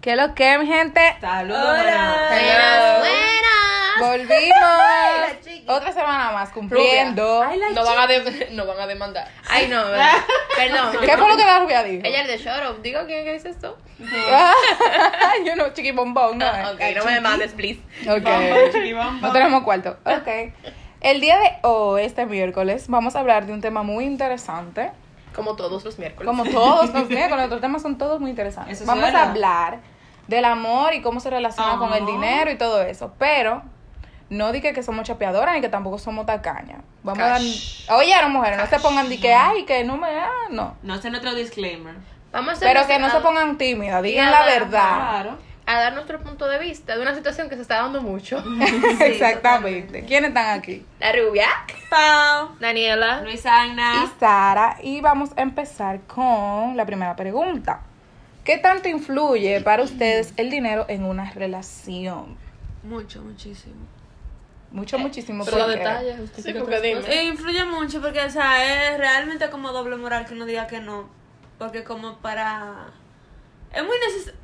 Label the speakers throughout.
Speaker 1: ¿Qué lo que, mi gente?
Speaker 2: Saludos.
Speaker 1: Hello.
Speaker 3: ¡Buenas!
Speaker 1: Volvimos.
Speaker 3: La chiqui.
Speaker 1: Otra semana más cumpliendo.
Speaker 2: Ay, la
Speaker 3: Nos van, a de- nos van a demandar. Ay, no, ¿verdad? Perdón.
Speaker 1: ¿Qué fue lo que la rubia dijo?
Speaker 3: Ella es de Short Up. Digo, ¿qué, qué dices tú?
Speaker 1: Yo no, chiqui bombón. No,
Speaker 3: Ah, ok, no me demandes, please.
Speaker 1: Ok.
Speaker 2: Vamos, chiqui, vamos.
Speaker 1: No tenemos cuarto. Ok. El día de hoy, este miércoles, vamos a hablar de un tema muy interesante.
Speaker 3: Como todos los miércoles.
Speaker 1: Como todos los miércoles, nuestros temas son todos muy interesantes.
Speaker 2: Eso es
Speaker 1: vamos
Speaker 2: verdad.
Speaker 1: a hablar del amor y cómo se relaciona con el
Speaker 2: Ajá.
Speaker 1: dinero y todo eso. Pero no di que, que somos chapeadoras ni que tampoco somos tacañas. Vamos
Speaker 3: Cash.
Speaker 1: a dar. Oye, no, mujeres, no se
Speaker 3: Cash.
Speaker 1: pongan di que, ay, que no me. Ah, no.
Speaker 2: No, ese es nuestro disclaimer.
Speaker 3: Vamos a hacer
Speaker 1: Pero que no
Speaker 3: nuestra-
Speaker 1: se pongan tímidas, digan
Speaker 3: Y
Speaker 1: la
Speaker 3: hablar,
Speaker 1: verdad.
Speaker 3: A dar nuestro punto de vista de una situación que se está dando mucho.
Speaker 1: Exactamente. ¿Quiénes están aquí?
Speaker 3: La rubia.
Speaker 2: Pau.
Speaker 3: Daniela.
Speaker 2: Luisa
Speaker 4: Ah.
Speaker 1: y
Speaker 2: Agna.
Speaker 1: Sara y vamos a empezar con la primera pregunta. ¿Qué tanto influye para ustedes el dinero en una relación?
Speaker 4: Mucho, muchísimo.
Speaker 1: Mucho,
Speaker 4: Eh,
Speaker 1: muchísimo.
Speaker 3: Pero los
Speaker 1: porque-
Speaker 3: detalles justifican
Speaker 4: Sí,
Speaker 3: otras cosas.
Speaker 4: E influye mucho porque, o sea, es realmente como doble moral que uno diga que no. Porque como para... Es muy necesario...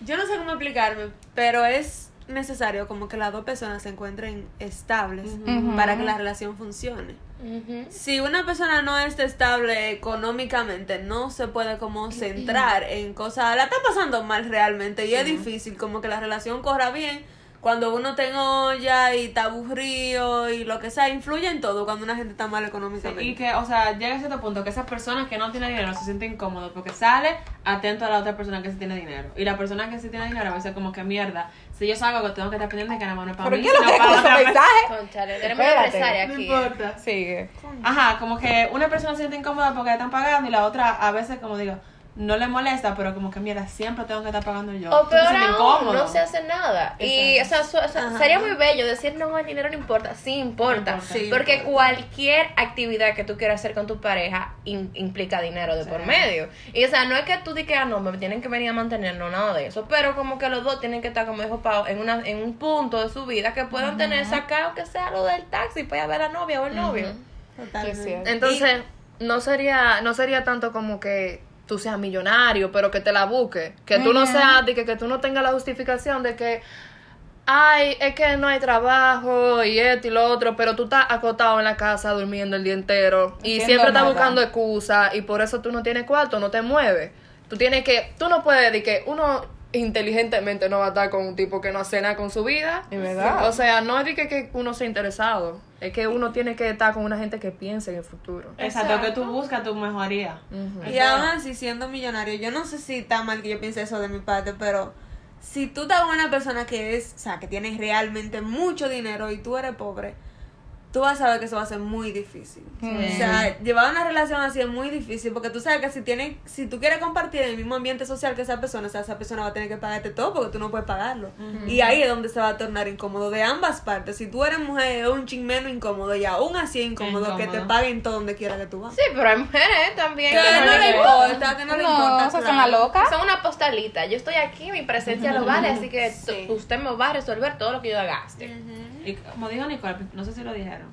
Speaker 4: Yo no sé cómo explicarme, pero es necesario como que las dos personas se encuentren estables
Speaker 1: Ujú.
Speaker 4: para que la relación funcione.
Speaker 3: Ujú.
Speaker 4: Si una persona no está estable económicamente, no se puede como centrar en cosas, la está pasando mal realmente y es difícil como que la relación corra bien. Cuando uno tenga olla y está aburrido y lo que sea, influye en todo cuando una gente está mal económicamente.
Speaker 2: Y que, o sea, llega a cierto punto que esas personas que no tienen dinero se sienten incómodos porque sale atento a la otra persona que sí tiene dinero. Y la persona que sí tiene dinero a veces como que mierda. Si yo salgo que tengo que estar pendiente que nada más no es para
Speaker 1: ¿Pero qué
Speaker 2: mí,
Speaker 1: es lo
Speaker 2: sino
Speaker 1: que es con
Speaker 2: para otra
Speaker 1: ese
Speaker 2: persona.
Speaker 1: mensaje?
Speaker 3: Conchale, tenemos una
Speaker 1: Espérate.
Speaker 3: empresaria aquí.
Speaker 1: Sigue.
Speaker 2: Ajá, como que una persona se siente incómoda porque le están pagando y la otra a veces como digo, no le molesta, pero como que mierda, siempre tengo que estar pagando yo.
Speaker 3: O peor
Speaker 2: Entonces me
Speaker 3: aún,
Speaker 2: incómodo.
Speaker 3: no se hace nada. Y, o sea, su- o sea, sería muy bello decir, no, el dinero no importa. Sí importa.
Speaker 2: No importa. Sí
Speaker 3: porque cualquier actividad que tú quieras hacer con tu pareja im- implica dinero de por medio. Y, o sea, no es que tú digas, "Ah, no, me tienen que venir a mantener, no, nada de eso. Pero como que los dos tienen que estar, como dijo Pau, en, una, en un punto de su vida que puedan tener sacado que sea lo del taxi para ir a ver a la novia o el novio.
Speaker 1: Sí, es cierto.
Speaker 3: Entonces, no sería no sería tanto como que tú seas millonario, pero que te la busques. Que tú no seas, de que, que tú no tengas la justificación de que, ay, es que no hay trabajo y esto y lo otro, pero tú estás acotado en la casa durmiendo el día entero y
Speaker 1: Haciendo
Speaker 3: siempre estás
Speaker 1: nada.
Speaker 3: buscando excusas y por eso tú no tienes cuarto, no te mueves. Tú tienes que, tú no puedes de que uno inteligentemente no va a estar con un tipo que no hace nada con su vida.
Speaker 1: Es verdad.
Speaker 3: O sea, no es de que, que uno sea interesado, es que uno tiene que estar con una gente que piense en el futuro.
Speaker 2: Exacto, que tú buscas tu mejoría.
Speaker 4: Y aún así, siendo millonario, yo no sé si está mal que yo piense eso de mi parte, pero si tú estás con una persona que es, o sea, que tienes realmente mucho dinero y tú eres pobre, tú vas a ver que eso va a ser muy difícil. O sea, llevar una relación así es muy difícil porque tú sabes que si tienes, si tú quieres compartir el mismo ambiente social que esa persona, o sea, esa persona va a tener que pagarte todo porque tú no puedes pagarlo. Y ahí es donde se va a tornar incómodo de ambas partes. Si tú eres mujer, es un ching menos incómodo y aún así es incómodo, que te
Speaker 2: Incómodo.
Speaker 4: paguen todo donde quiera que tú vas.
Speaker 3: Sí, pero hay mujeres también
Speaker 4: Que no le importa, que no, le importa.
Speaker 1: o sea, son
Speaker 4: claro.
Speaker 1: la loca.
Speaker 3: Son una postalita. Yo estoy aquí, mi presencia lo vale, así que t- usted me va a resolver todo lo que yo gaste.
Speaker 2: Y como dijo Nicole, no sé si lo dijeron,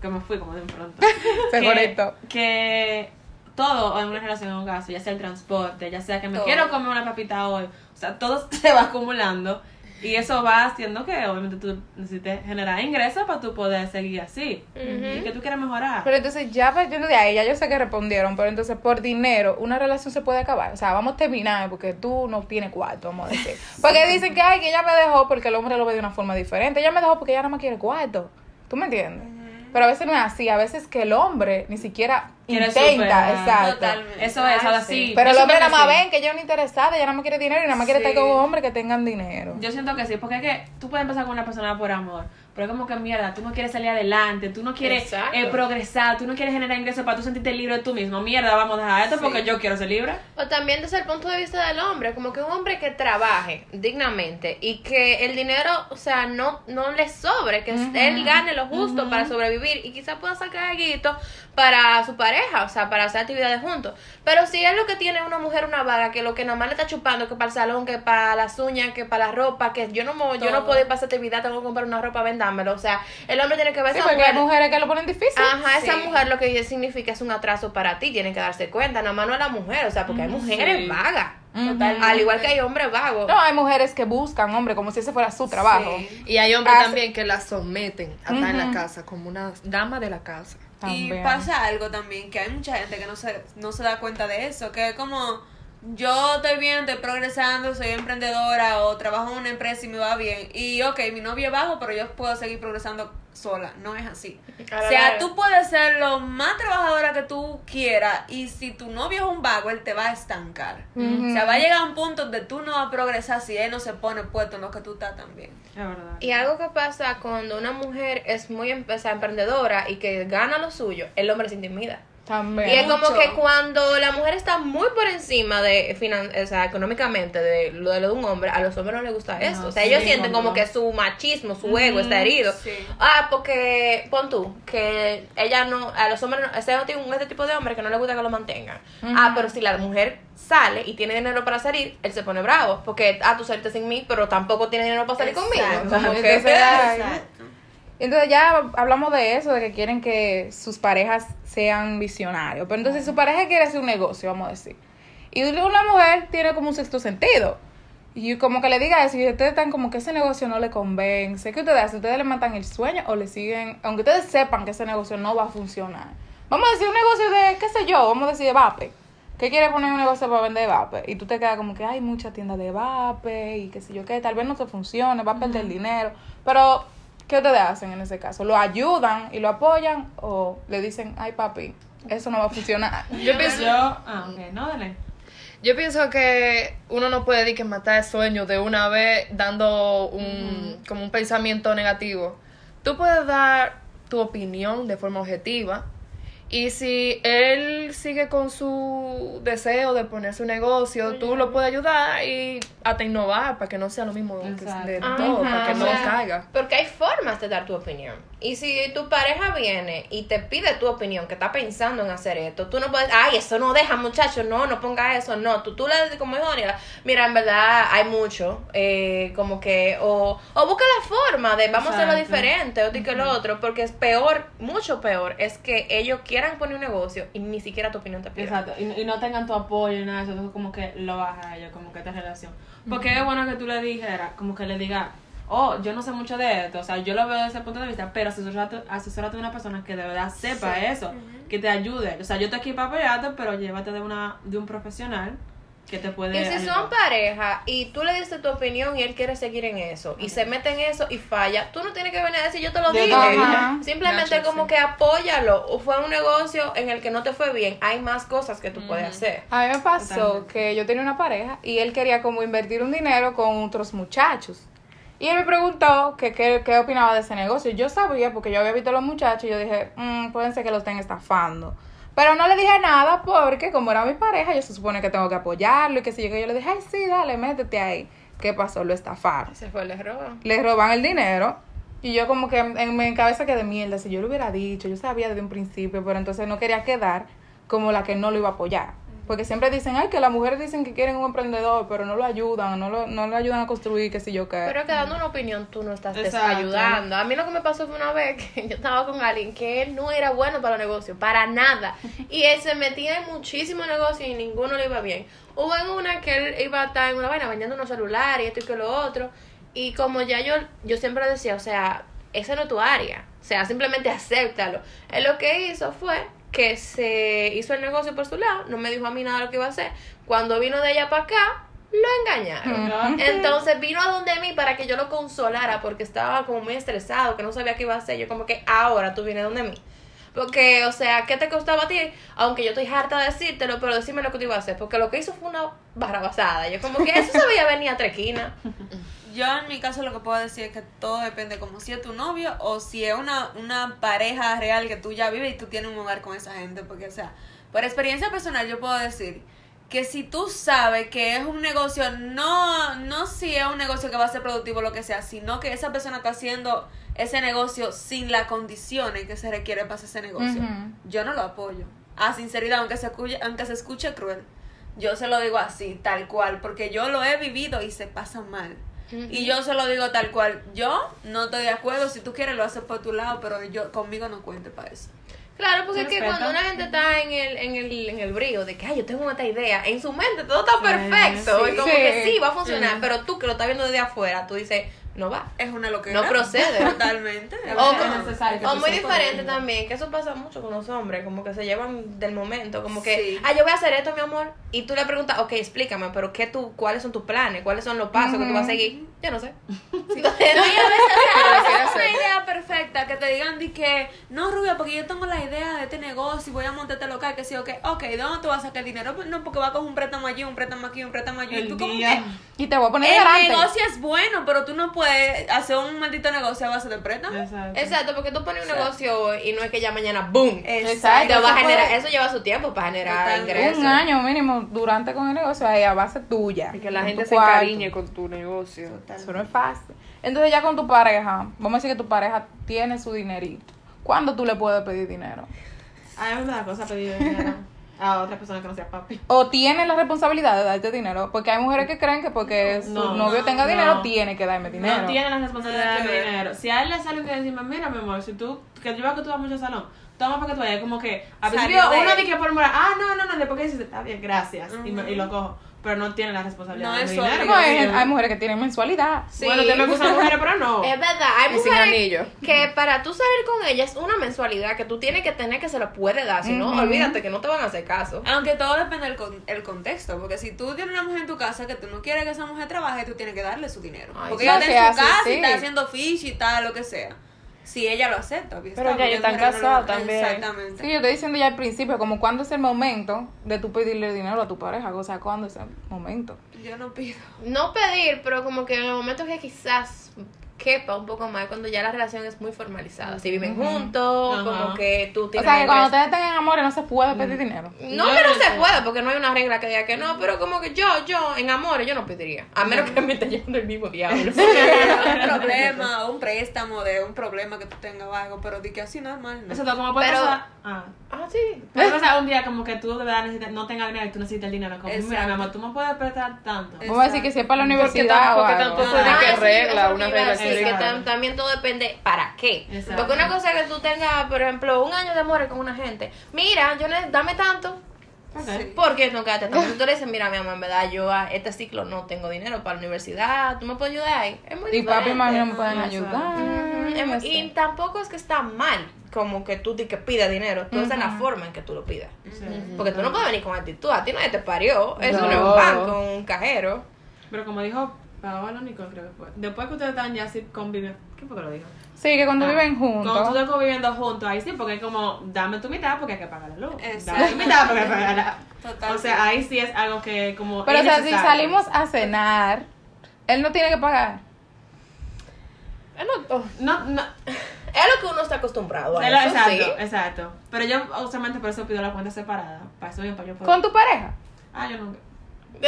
Speaker 2: que me fui como de pronto.
Speaker 1: Se
Speaker 2: que-
Speaker 1: conectó.
Speaker 2: Que todo en una relación o un gasto, ya sea el transporte, ya sea que me
Speaker 1: Todo.
Speaker 2: quiero comer una papita hoy, o sea, todo se va acumulando y eso va haciendo que obviamente tú necesites generar ingresos para tú poder seguir así y que tú quieras mejorar.
Speaker 1: Pero entonces ya partiendo de ahí, ya yo sé que respondieron, pero entonces por dinero una relación se puede acabar. O sea, vamos a terminar porque tú no tienes cuarto, vamos a decir. Porque dicen que, ay, que ella me dejó porque el hombre lo ve de una forma diferente. Ella me dejó porque ella nada más quiere cuarto. ¿Tú me entiendes? Pero a veces no es así, a veces que el hombre ni siquiera
Speaker 2: Quiere
Speaker 1: intenta,
Speaker 2: superar.
Speaker 1: exacto.
Speaker 4: Totalmente.
Speaker 2: Eso es, ahora sí.
Speaker 1: Pero el
Speaker 2: yo
Speaker 1: hombre
Speaker 2: siento
Speaker 1: nada
Speaker 2: que
Speaker 1: más
Speaker 2: sí.
Speaker 1: ven que ella no es interesada, ella nada más quiere dinero y nada más quiere estar con hombres que tengan dinero.
Speaker 2: Yo siento que sí, porque es que tú puedes empezar con una persona por amor, pero es como que mierda, tú no quieres salir adelante, tú no quieres
Speaker 3: Exacto.
Speaker 2: eh, progresar, tú no quieres generar ingresos para tú sentirte libre tú mismo. Mierda, vamos a dejar esto porque yo quiero ser libre.
Speaker 3: O también desde el punto de vista del hombre, como que un hombre que trabaje dignamente y que el dinero, o sea, no, no le sobre, que él gane lo justo para sobrevivir y quizás pueda sacar algo para su pareja, o sea, para hacer actividades juntos. Pero si es lo que tiene una mujer, una vaga, que lo que nada más le está chupando, que para el salón, que para las uñas, que para la ropa, que yo no, mo- yo no
Speaker 4: Todo.
Speaker 3: puedo ir para esa actividad, tengo que comprar una ropa, vendámelo. O sea, el hombre tiene que ver
Speaker 1: Sí,
Speaker 3: esa
Speaker 1: porque hay
Speaker 3: mujer-
Speaker 1: mujeres que lo ponen difícil.
Speaker 3: Ajá, esa
Speaker 4: Sí.
Speaker 3: mujer lo que significa es un atraso para ti, tienen que darse cuenta, nada más no a la mujer, o sea, porque hay mujeres
Speaker 2: sí.
Speaker 3: vagas. Total, Al igual que hay hombres vagos.
Speaker 1: No, hay mujeres que buscan, hombre, como si ese fuera su trabajo.
Speaker 2: Sí.
Speaker 5: Y hay hombres
Speaker 1: Hace-
Speaker 5: también que la someten a estar en la casa, como una dama de la casa.
Speaker 1: También.
Speaker 4: Y pasa algo también, que hay mucha gente que no se, no se da cuenta de eso, que es como, yo estoy bien, estoy progresando, soy emprendedora o trabajo en una empresa y me va bien. Y ok, mi novio es bajo, pero yo puedo seguir progresando sola. No es así.
Speaker 3: A la
Speaker 4: O sea,
Speaker 3: larga.
Speaker 4: tú puedes ser lo más trabajadora que tú quieras y si tu novio es un vago, él te va a estancar. O sea, va a llegar a un punto donde tú no vas a progresar si él no se pone puesto en lo que tú estás también.
Speaker 2: Es verdad.
Speaker 3: Y algo que pasa cuando una mujer es muy em- o sea, emprendedora y que gana lo suyo, el hombre se intimida.
Speaker 1: También.
Speaker 3: Y es como
Speaker 4: Mucho.
Speaker 3: que cuando la mujer está muy por encima de finan o sea, económicamente de lo de lo de un hombre, a los hombres no les gusta eso.
Speaker 2: No,
Speaker 3: o sea,
Speaker 2: sí,
Speaker 3: ellos sienten como
Speaker 2: no.
Speaker 3: que su machismo, su ego está herido.
Speaker 4: sí.
Speaker 3: Ah, porque pon tú que ella no a los hombres no, ese no tiene un- este tipo de hombre que no le gusta que lo mantengan. Ah, pero si la mujer sale y tiene dinero para salir, él se pone bravo porque ah, tú saliste sin mí, pero tampoco tiene dinero para salir conmigo. Como que-
Speaker 1: Entonces, ay, Entonces ya hablamos de eso, de que quieren que sus parejas sean visionarios. Pero entonces su pareja quiere hacer un negocio, vamos a decir. Y una mujer tiene como un sexto sentido. Y como que le diga eso, y ustedes están como que ese negocio no le convence. ¿Qué ustedes hacen? ¿Ustedes le matan el sueño o le siguen? Aunque ustedes sepan que ese negocio no va a funcionar. Vamos a decir un negocio de, qué sé yo, vamos a decir de vape. ¿Qué quiere poner un negocio para vender vape? Y tú te quedas como que hay muchas tiendas de vape y qué sé yo qué. Tal vez no te funcione, va a perder dinero. Pero, ¿qué ustedes hacen en ese caso? ¿Lo ayudan y lo apoyan o le dicen, ay papi, eso no va a funcionar?
Speaker 5: Yo pienso,
Speaker 2: Yo, ah, ok, no, dale.
Speaker 5: yo pienso que uno no puede decir que matar el sueño de una vez dando un, como un pensamiento negativo. Tú puedes dar tu opinión de forma objetiva y si él sigue con su deseo de poner su negocio, tú lo puedes ayudar y hasta innovar para que no sea lo mismo que
Speaker 2: Exacto.
Speaker 5: de todo,
Speaker 3: Ajá,
Speaker 5: para que
Speaker 3: o
Speaker 5: no
Speaker 3: sea,
Speaker 5: caiga.
Speaker 3: Porque hay formas de dar tu opinión. Y si tu pareja viene y te pide tu opinión, que está pensando en hacer esto, tú no puedes, ay, eso no deja, muchacho, no, no ponga eso, no. Tú, tú le como dijo Daniela, mira, en verdad hay mucho, eh, como que, o, o busca la forma de vamos a hacerlo
Speaker 2: Exacto.
Speaker 3: diferente, o di que lo otro, porque es peor, mucho peor, es que ellos quieran poner un negocio y ni siquiera tu opinión te piden.
Speaker 2: Exacto, y, y no tengan tu apoyo y nada de eso, entonces como que lo baja a ellos, como que esta relación. Porque es bueno que tú le dijeras, como que le digas, oh, yo no sé mucho de esto, o sea, yo lo veo desde ese punto de vista, pero asesórate, asesórate de una persona que de verdad sepa eso, que te ayude. O sea, yo te aquí para apoyarte, pero llévate de una de un profesional que te puede
Speaker 3: Y si son
Speaker 2: ayudar.
Speaker 3: pareja y tú le diste tu opinión y él quiere seguir en eso y se mete en eso y falla, tú no tienes que venir a decir yo te lo
Speaker 2: Yo te
Speaker 3: dije.
Speaker 2: lo
Speaker 1: dije.
Speaker 3: Simplemente
Speaker 5: Gotcha,
Speaker 3: como
Speaker 5: sí.
Speaker 3: que apóyalo. O fue un negocio en el que no te fue bien. Hay más cosas que tú puedes hacer.
Speaker 1: A mí me pasó
Speaker 2: Totalmente.
Speaker 1: que yo tenía una pareja y él quería como invertir un dinero con otros muchachos. Y él me preguntó que qué qué opinaba de ese negocio. Yo sabía porque yo había visto a los muchachos y yo dije, "Mm, pueden ser que lo estén estafando. Pero no le dije nada porque como era mi pareja, yo se supone que tengo que apoyarlo y que si yo que yo le dije, ay, sí, dale, métete ahí. ¿Qué pasó? Lo estafaron
Speaker 3: Ese fue el error.
Speaker 1: le roban el dinero. Y yo como que en, en mi cabeza quedé mierda, si yo lo hubiera dicho, yo sabía desde un principio, pero entonces no quería quedar como la que no lo iba a apoyar. Porque siempre dicen, ay, que las mujeres dicen que quieren un emprendedor, pero no lo ayudan, no lo, no lo ayudan a construir, qué sé yo qué.
Speaker 3: Pero que dando una opinión tú no estás
Speaker 2: Exacto.
Speaker 3: ayudando. A mí lo que me pasó fue una vez que yo estaba con alguien que él no era bueno para los negocios, para nada. Y él se metía en muchísimos negocios y ninguno le iba bien. Hubo en una que él iba a estar en una vaina vendiendo unos celulares y esto y que lo otro. Y como ya yo, yo siempre decía, o sea, esa no es tu área. O sea, simplemente acéptalo. Él lo que hizo fue que se hizo el negocio por su lado, no me dijo a mí nada de lo que iba a hacer. Cuando vino de allá para acá, lo engañaron. Entonces vino a donde mí para que yo lo consolara porque estaba como muy estresado, que no sabía qué iba a hacer. Yo como que ahora tú vienes donde mí. Porque, o sea, ¿qué te costaba a ti? Aunque yo estoy harta de decírtelo, pero decime lo que tú ibas a hacer. Porque lo que hizo fue una barrabasada. Yo como que eso se veía venir a tres esquinas.
Speaker 4: Yo en mi caso lo que puedo decir es que todo depende como si es tu novio o si es una, una pareja real que tú ya vives y tú tienes un hogar con esa gente. Porque, o sea, por experiencia personal yo puedo decir que si tú sabes que es un negocio, no, no si es un negocio que va a ser productivo o lo que sea, sino que esa persona está haciendo ese negocio sin las condiciones que se requiere para hacer ese negocio.
Speaker 1: Ujú.
Speaker 4: Yo no lo apoyo. A sinceridad, aunque se, escuche, aunque se escuche cruel. Yo se lo digo así, tal cual, porque yo lo he vivido y se pasa mal. Y yo se lo digo tal cual. Yo no estoy de acuerdo. Si tú quieres, lo haces por tu lado, pero yo conmigo no cuente para eso.
Speaker 3: Claro, porque es que
Speaker 2: Respeto.
Speaker 3: cuando una gente está en el, en el, en el brío de que, ay, yo tengo esta idea, en su mente todo está perfecto.
Speaker 1: sí.
Speaker 3: y como que
Speaker 1: Sí.
Speaker 3: sí, va a funcionar, pero tú que lo estás viendo desde afuera, tú dices, no va.
Speaker 4: Es una loquera.
Speaker 3: No procede.
Speaker 4: Totalmente.
Speaker 3: O,
Speaker 2: Es necesario que
Speaker 3: o
Speaker 2: tú
Speaker 3: muy
Speaker 2: sepas
Speaker 3: diferente
Speaker 2: cuando-
Speaker 3: también, que eso pasa mucho con los hombres, como que se llevan del momento, como que,
Speaker 4: Sí.
Speaker 3: ah, yo voy a hacer esto, mi amor, y tú le preguntas, ok, explícame, pero ¿qué tú, cuáles son tus planes? ¿Cuáles son los pasos que tú vas a seguir? Yo no sé. Entonces,
Speaker 4: No, y a veces
Speaker 5: lo quiere
Speaker 4: es una
Speaker 5: hacer.
Speaker 4: idea perfecta que te digan de que no rubia porque yo tengo la idea de este negocio y voy a montar este local que sí o que ok ¿de dónde tú vas a sacar el dinero? Pues No porque va a coger un préstamo allí un préstamo aquí un préstamo allí y
Speaker 2: El
Speaker 4: tú como
Speaker 2: día.
Speaker 1: Y te voy a
Speaker 4: que
Speaker 1: poner
Speaker 4: el
Speaker 1: garante.
Speaker 4: negocio es bueno pero tú no puedes hacer un maldito negocio a base de préstamo
Speaker 2: Exacto.
Speaker 3: Exacto, porque tú pones un negocio hoy y no es que ya mañana, ¡boom!
Speaker 1: Exacto,
Speaker 3: Ay, te
Speaker 1: no
Speaker 3: va a
Speaker 1: se puede.
Speaker 3: generar, eso lleva su tiempo para generar
Speaker 4: Totalmente.
Speaker 3: ingresos.
Speaker 1: Un año mínimo durante con el negocio ahí a base tuya.
Speaker 5: Y que la
Speaker 1: con
Speaker 5: gente
Speaker 1: tu
Speaker 5: se
Speaker 1: cuarto.
Speaker 5: encariñe con tu negocio.
Speaker 1: Eso no es fácil. Entonces ya con tu pareja, vamos a decir que tu pareja tiene su dinerito. ¿Cuándo tú le puedes pedir dinero?
Speaker 2: A mí me da cosa pedir dinero a otra persona que no sea papi.
Speaker 1: O tiene la responsabilidad de darte dinero. Porque hay mujeres que creen que porque su
Speaker 2: No,
Speaker 1: novio
Speaker 2: no,
Speaker 1: tenga
Speaker 2: no.
Speaker 1: dinero, tiene que darme dinero.
Speaker 2: No tiene la responsabilidad
Speaker 4: Nada que
Speaker 2: de
Speaker 4: ver.
Speaker 2: dinero. Si a él le sale que decirme, mira, mi amor, si tú, que yo veo que tú vas mucho al salón, toma para que tú vayas. Como que, a
Speaker 4: Salió
Speaker 2: principio
Speaker 4: de
Speaker 2: uno
Speaker 4: él.
Speaker 2: dice por moral, ah, no, no, no, después que dices, está bien, gracias, y, me-
Speaker 4: Ujú.
Speaker 2: y lo cojo. Pero no tiene la responsabilidad
Speaker 4: No,
Speaker 2: de
Speaker 4: es
Speaker 2: dinero.
Speaker 1: No, hay, gente- hay mujeres que tienen mensualidad.
Speaker 3: Sí.
Speaker 2: Bueno, te me gustan mujeres, pero no.
Speaker 3: Es verdad, hay
Speaker 5: Y sin
Speaker 3: mujeres
Speaker 5: anillo.
Speaker 3: que para tú salir con ella es una mensualidad que tú tienes que tener que se la puede dar, si no,
Speaker 1: Ujú.
Speaker 3: olvídate que no te van a hacer caso.
Speaker 4: aunque todo depende del con- el contexto porque si tú tienes una mujer en tu casa que tú no quieres que esa mujer trabaje tú tienes que darle su dinero
Speaker 3: Ay,
Speaker 4: porque
Speaker 1: no
Speaker 4: ella
Speaker 1: se
Speaker 4: está en su
Speaker 1: hace,
Speaker 4: casa
Speaker 1: sí.
Speaker 4: y está haciendo fish y tal lo que sea si ella lo acepta obvio
Speaker 5: Pero
Speaker 4: está,
Speaker 5: ya
Speaker 4: porque
Speaker 5: ellos están
Speaker 4: mujeres no lo-
Speaker 5: casados también.
Speaker 4: exactamente
Speaker 1: Sí, yo estoy diciendo ya al principio, como cuándo es el momento de tú pedirle dinero a tu pareja. O sea, cuándo es el momento.
Speaker 4: Yo no pido.
Speaker 3: No pedir, pero como que en el momento que quizás quepa un poco más, cuando ya la relación es muy formalizada. Si viven juntos,
Speaker 2: Ajá.
Speaker 3: como que tú
Speaker 1: O
Speaker 3: tienes...
Speaker 1: sea, que cuando
Speaker 3: ingresos.
Speaker 1: ustedes tengan amores no se puede pedir
Speaker 5: Mm.
Speaker 1: dinero.
Speaker 3: No
Speaker 2: Yo
Speaker 3: que no
Speaker 2: no
Speaker 3: se
Speaker 2: sé.
Speaker 3: pueda, porque no hay una regla que diga que no, pero como que yo, yo, en amores, yo no pediría. A menos que me esté yendo el mismo diablo.
Speaker 4: un problema o un préstamo de un problema que tú tengas o algo, pero di que así normal, ¿no?
Speaker 2: Eso todo como puede
Speaker 3: Pero-
Speaker 2: pasar. Ah.
Speaker 3: ah, sí.
Speaker 2: Puede pasar un día como que tú de verdad necesitas, no tengas dinero y tú necesitas el dinero. Como, mira,
Speaker 4: Exacto.
Speaker 2: mi amor, tú me puedes prestar tanto.
Speaker 4: Eh,
Speaker 1: Vamos a decir que si es para la
Speaker 5: Porque
Speaker 1: universidad
Speaker 5: tampoco,
Speaker 1: o
Speaker 5: que
Speaker 1: algo.
Speaker 5: tampoco
Speaker 4: Ah,
Speaker 5: de que
Speaker 3: sí,
Speaker 5: regla,
Speaker 3: eso
Speaker 5: una
Speaker 3: es lo que iba a
Speaker 5: regla
Speaker 3: decir,
Speaker 5: estricta.
Speaker 3: que
Speaker 2: Exacto.
Speaker 3: tam- también todo depende para qué.
Speaker 2: Exacto.
Speaker 3: Porque una cosa es que tú tengas, por ejemplo, un año de amores con una gente. Mira, yo ne- dame tanto.
Speaker 2: Ok.
Speaker 3: Porque no quedaste tanto. Tú le dices, mira, mi amor, en verdad, yo a este ciclo no tengo dinero para la universidad. ¿Tú me puedes ayudar ahí? Es muy
Speaker 1: Y
Speaker 3: diferente.
Speaker 1: papi y mami no me pueden
Speaker 2: Ah,
Speaker 1: ayudar.
Speaker 3: Ujú,
Speaker 1: no
Speaker 3: em-
Speaker 1: sé.
Speaker 3: Y tampoco es que está mal como que tú di que pidas dinero. Tú esa es la forma en que tú lo pidas.
Speaker 2: Sí.
Speaker 3: Porque tú no puedes venir con actitud. A ti nadie te parió. Eso no es
Speaker 1: No.
Speaker 3: un banco, un cajero.
Speaker 2: Pero como dijo Paola Nicole, creo que fue. Después que ustedes están ya así conviviendo. ¿Qué fue que lo dijo?
Speaker 1: Sí, que cuando
Speaker 2: Ah,
Speaker 1: viven
Speaker 2: Cuando tú
Speaker 1: juntos.
Speaker 2: estás conviviendo juntos, ahí sí, porque es como, dame tu mitad porque hay que pagar la luz.
Speaker 4: Exacto.
Speaker 2: Dame tu mitad porque hay que pagar la
Speaker 4: Total.
Speaker 2: O sea, ahí sí es algo que como.
Speaker 1: Pero o sea, si
Speaker 2: innecesario.
Speaker 1: salimos a cenar, él no tiene que pagar.
Speaker 5: Ah, no, oh.
Speaker 2: No, no.
Speaker 3: Es lo que uno está acostumbrado a.
Speaker 2: es lo-
Speaker 3: eso,
Speaker 2: exacto,
Speaker 3: sí.
Speaker 2: exacto. Pero yo, usualmente, por eso pido la cuenta separada. Para eso bien, para yo
Speaker 5: Oh.
Speaker 2: poder.
Speaker 1: Con tu pareja.
Speaker 2: Ah, yo nunca.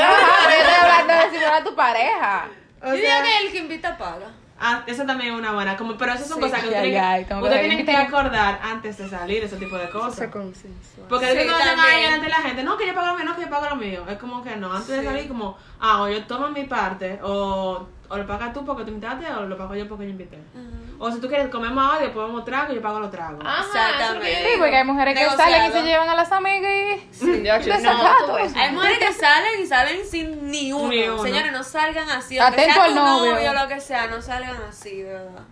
Speaker 1: Ajá, pero yo estoy hablando de si fuera tu pareja.
Speaker 2: O
Speaker 4: Yo digo
Speaker 2: sea-
Speaker 4: que el que invita paga.
Speaker 2: Ah, eso también es una buena. Como, pero esas son
Speaker 1: Sí,
Speaker 2: cosas que
Speaker 1: ay,
Speaker 2: ustedes
Speaker 1: ay,
Speaker 2: tienen que,
Speaker 1: como
Speaker 2: ustedes
Speaker 1: que
Speaker 2: tienen que
Speaker 1: hay que-
Speaker 2: acordar antes de salir, ese tipo de cosas. Porque
Speaker 4: Sí,
Speaker 2: si no están ahí
Speaker 4: también.
Speaker 2: delante de la gente, no, que yo pago lo mío, no, que yo pago lo mío. Es como que no, antes de
Speaker 4: Sí.
Speaker 2: salir, como, ah, o yo tomo mi parte, o, o lo pagas tú porque tú invitaste, o lo pago yo porque yo invité. O si tú quieres, comemos ahora y después vamos trago, yo pago los tragos.
Speaker 3: Ajá, eso es lo que yo
Speaker 1: Sí, porque hay mujeres que salen y se
Speaker 4: Negociado.
Speaker 1: llevan a las amigas y.
Speaker 2: Mm.
Speaker 5: Ya, chico.
Speaker 1: Desacato.
Speaker 3: tú ves.
Speaker 4: Hay mujeres que salen y salen sin ni uno.
Speaker 2: Ni uno.
Speaker 4: Señores, no salgan así.
Speaker 1: Atento
Speaker 4: aunque sea
Speaker 1: al
Speaker 4: tu
Speaker 1: novio.
Speaker 4: novio. lo que sea, no salgan así, de verdad.